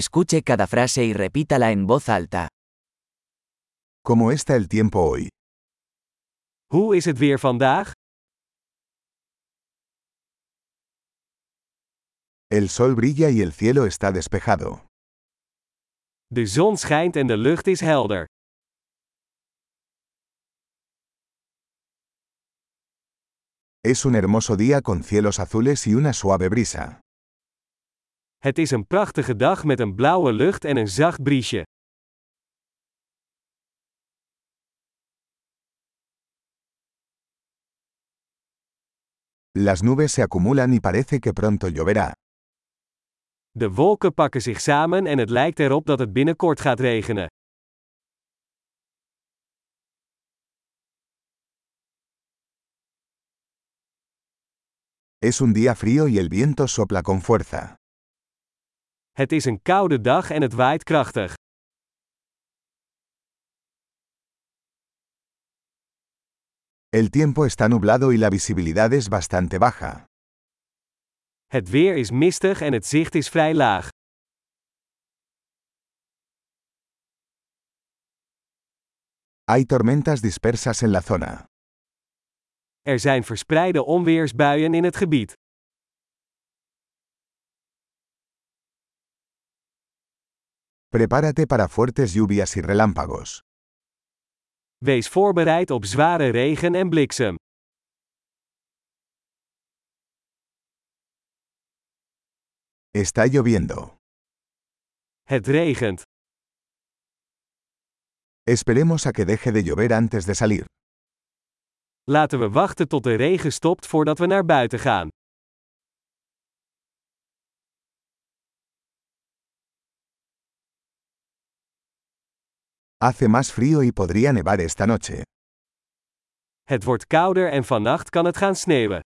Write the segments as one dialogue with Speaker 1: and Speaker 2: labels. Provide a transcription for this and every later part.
Speaker 1: Escuche cada frase y repítala en voz alta.
Speaker 2: ¿Cómo está el tiempo hoy?
Speaker 3: Hoe is het weer vandaag?
Speaker 2: El sol brilla y el cielo está despejado.
Speaker 3: De zon schijnt en de lucht is helder.
Speaker 2: Es un hermoso día con cielos azules y una suave brisa.
Speaker 3: Het is een prachtige dag met een blauwe lucht en een zacht briesje.
Speaker 2: Las nubes se acumulan y parece que pronto lloverá.
Speaker 3: De wolken pakken zich samen en het lijkt erop dat het binnenkort gaat regenen.
Speaker 2: Es un día frío y el viento sopla con fuerza.
Speaker 3: Het is een koude dag en het waait krachtig.
Speaker 2: El tiempo está nublado y la visibilidad es bastante baja.
Speaker 3: Het weer is mistig en het zicht is vrij laag.
Speaker 2: Hay tormentas dispersas en la zona.
Speaker 3: Er zijn verspreide onweersbuien in het gebied.
Speaker 2: Prepárate para fuertes lluvias y relámpagos.
Speaker 3: Wees voorbereid op zware regen en bliksem.
Speaker 2: Está lloviendo.
Speaker 3: Het regent.
Speaker 2: Esperemos a que deje de llover antes de salir.
Speaker 3: Laten we wachten tot de regen stopt voordat we naar buiten gaan.
Speaker 2: Hace más frío y podría nevar esta noche.
Speaker 3: Het wordt kouder en vannacht kan het gaan sneeuwen.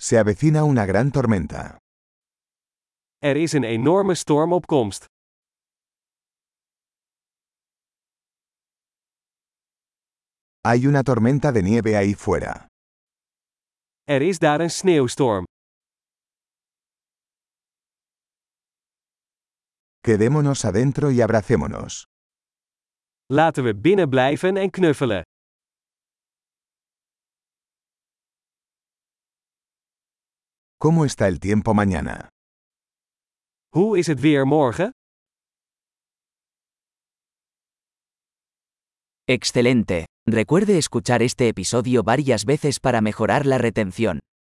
Speaker 2: Se avecina una gran tormenta.
Speaker 3: Er is een enorme storm op komst.
Speaker 2: Hay una tormenta de nieve ahí fuera.
Speaker 3: Er is daar een sneeuwstorm.
Speaker 2: Quedémonos adentro y abracémonos.
Speaker 3: Laten we binnen blijven en knuffelen.
Speaker 2: ¿Cómo está el tiempo mañana?
Speaker 3: Hoe is het weer morgen?
Speaker 1: Excelente. Recuerde escuchar este episodio varias veces para mejorar la retención.